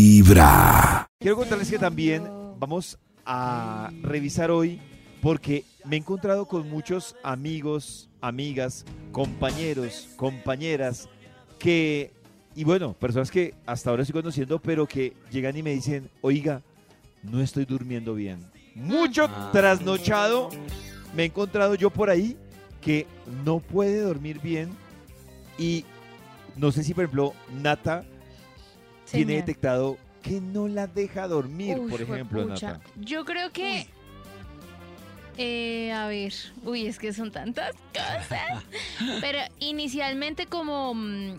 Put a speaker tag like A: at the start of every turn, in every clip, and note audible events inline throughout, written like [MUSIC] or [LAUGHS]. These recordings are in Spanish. A: Vibra.
B: Quiero contarles que también vamos a revisar hoy porque me he encontrado con muchos amigos, amigas, compañeros, compañeras que, y bueno, personas que hasta ahora estoy conociendo, pero que llegan y me dicen, oiga, no estoy durmiendo bien. Mucho trasnochado me he encontrado yo por ahí que no puede dormir bien y no sé si, por ejemplo, Nata tiene
C: Señor.
B: detectado que no la deja dormir,
C: Uy,
B: por ejemplo,
C: juepucha.
B: Nata.
C: Yo creo que. eh, a ver, uy, es que son tantas cosas. Pero inicialmente, como. mm,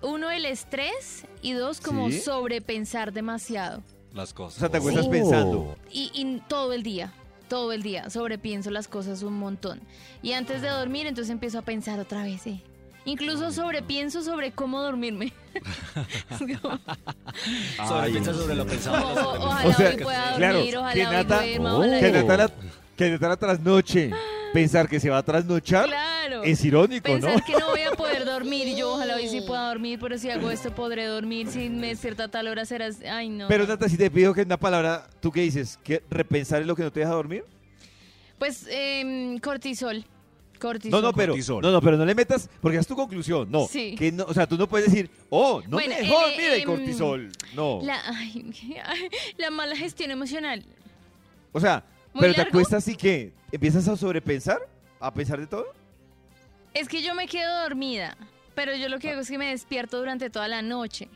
C: Uno, el estrés. Y dos, como
B: Sí.
C: sobrepensar demasiado.
D: las cosas.
B: O sea, te acuerdas pensando.
C: Y, y todo el día. Todo el día. Sobrepienso las cosas un montón. Y antes de dormir, entonces empiezo a pensar otra vez, ¿eh? Incluso sobrepienso sobre cómo
B: [LAUGHS]
C: dormirme. [LAUGHS] Es como-
D: Sobrepiensa
B: Ay,
D: sobre lo
B: sí.
D: pensado.
C: O-
D: sobre
C: o-
D: lo
C: ojalá
D: pensado.
C: hoy pueda
B: claro,
C: dormir, ojalá
B: que
C: hoy
B: Nata-
C: duerma, ojalá
B: Que
C: hoy-
B: Nata la, que Nata la trasnoche. Pensar que se va a trasnochar
C: Claro.
B: ¿Ah? es irónico, ¿no?
C: Pensar que no voy a poder dormir. y Yo ojalá
B: [LAUGHS]
C: hoy sí pueda dormir, pero si hago esto podré dormir. Si me despierta a tal hora serás... Ay, no.
B: Pero Nata, si te pido que en una palabra, ¿tú qué dices? ¿Que repensar es lo que no te deja dormir?
C: Pues em, cortisol. Cortisol.
B: No, no, pero
D: cortisol.
B: no, no, pero no le metas, porque es tu conclusión, no,
C: Sí.
B: que no, o sea, tú no puedes decir, oh, no
C: Bueno,
B: me dejó
C: eh,
B: dormir el
C: em,
B: cortisol, no,
C: La, ay, [LAUGHS] ay, la mala gestión emocional.
B: o sea,
C: ¿Muy
B: pero te
C: largo?
B: acuestas y que empiezas a sobrepensar, a pensar de todo.
C: Es que yo me quedo dormida, pero yo lo
B: Ah.
C: que hago es que me despierto durante toda la noche.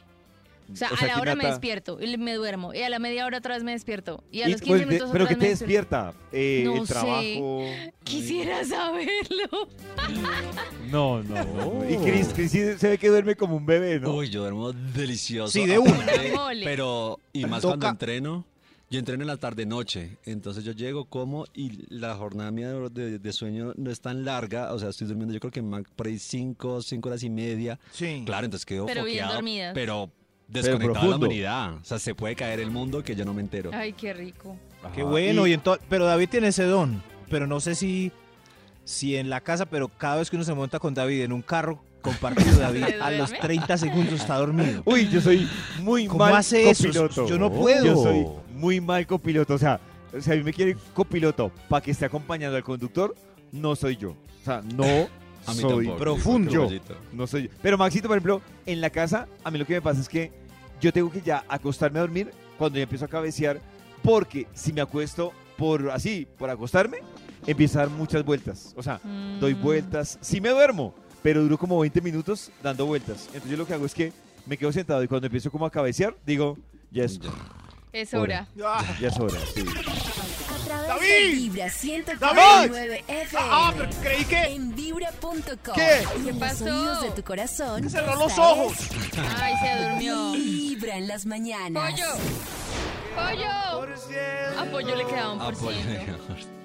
C: O sea, a
B: que
C: la hora me
B: Nata-
C: despierto y me duermo. Y a la media hora otra vez me despierto. Y a
B: Y,
C: los 15
B: pues, de-
C: minutos
B: pero
C: otra
B: que
C: vez
B: te
C: me despierto.
B: despierta Eh,
C: No
B: el
C: sé.
B: trabajo.
C: Quisiera [LAUGHS] saberlo.
B: No, no. Y Cris, Cris sí se ve que duerme como un bebé, ¿no?
D: Uy, yo duermo delicioso.
E: Sí, de una.
D: Aparte,
C: Una mole.
D: Pero, y más
E: Toca.
D: cuando entreno, yo entreno en la tarde-noche. Entonces yo llego, como, y la jornada mía de, de- de sueño no es tan larga. O sea, estoy durmiendo, yo creo que más por ahí cinco, cinco horas y media.
E: Sí.
D: Claro, entonces quedo
C: Pero bien
D: foqueado,
C: dormidas.
D: pero desconectado de la
B: profundo.
D: humanidad. O sea, se puede caer el mundo que yo no me entero.
C: Ay, qué rico.
B: Ajá.
E: Qué bueno.
B: Y-
E: Y ento- pero David tiene ese don. Pero no sé si, si en la casa, pero cada vez que uno se monta con David en un carro compartido, David a
C: duerme?
E: los 30 segundos está dormido.
B: Uy, yo soy muy
E: ¿Cómo
B: mal
E: hace eso?
B: copiloto.
E: Yo no puedo.
B: Yo soy muy mal copiloto. O sea, o sea, a mí me quiere copiloto para que esté acompañando al conductor, no soy yo. O sea,
E: [LAUGHS]
B: no
D: A mí
B: soy
D: tampoco,
E: profundo.
D: yo creo que
B: No soy yo. Pero Maxito, por ejemplo, en la casa, a mí lo que me pasa es que yo tengo que ya acostarme a dormir cuando ya empiezo a cabecear, porque si me acuesto por así, por acostarme, empiezo a dar muchas vueltas. O sea, doy
C: Mm.
B: vueltas, sí me duermo, pero duro como 20 minutos dando vueltas. Entonces yo lo que hago es que me quedo sentado y cuando empiezo como a cabecear, digo, ya es,
D: Ya.
C: Es
B: Hora.
C: hora.
B: ya es hora. sí.
F: A través de
E: ¡David!
F: Vibra 149
E: ¡David!
F: FM.
E: Ah, pero creí que
F: En vibra.com.
E: ¿Qué?
F: Y en los
C: pasó?
F: oídos de tu corazón.
E: que cerró
F: esta
E: los ojos.
F: es
C: Ay, se durmió.
F: Vibra en las mañanas.
C: ¡Pollo! ¡Pollo! A Pollo le quedaba un
D: Ah,
C: por
D: pues, [LAUGHS]
C: ciento.
D: mejor.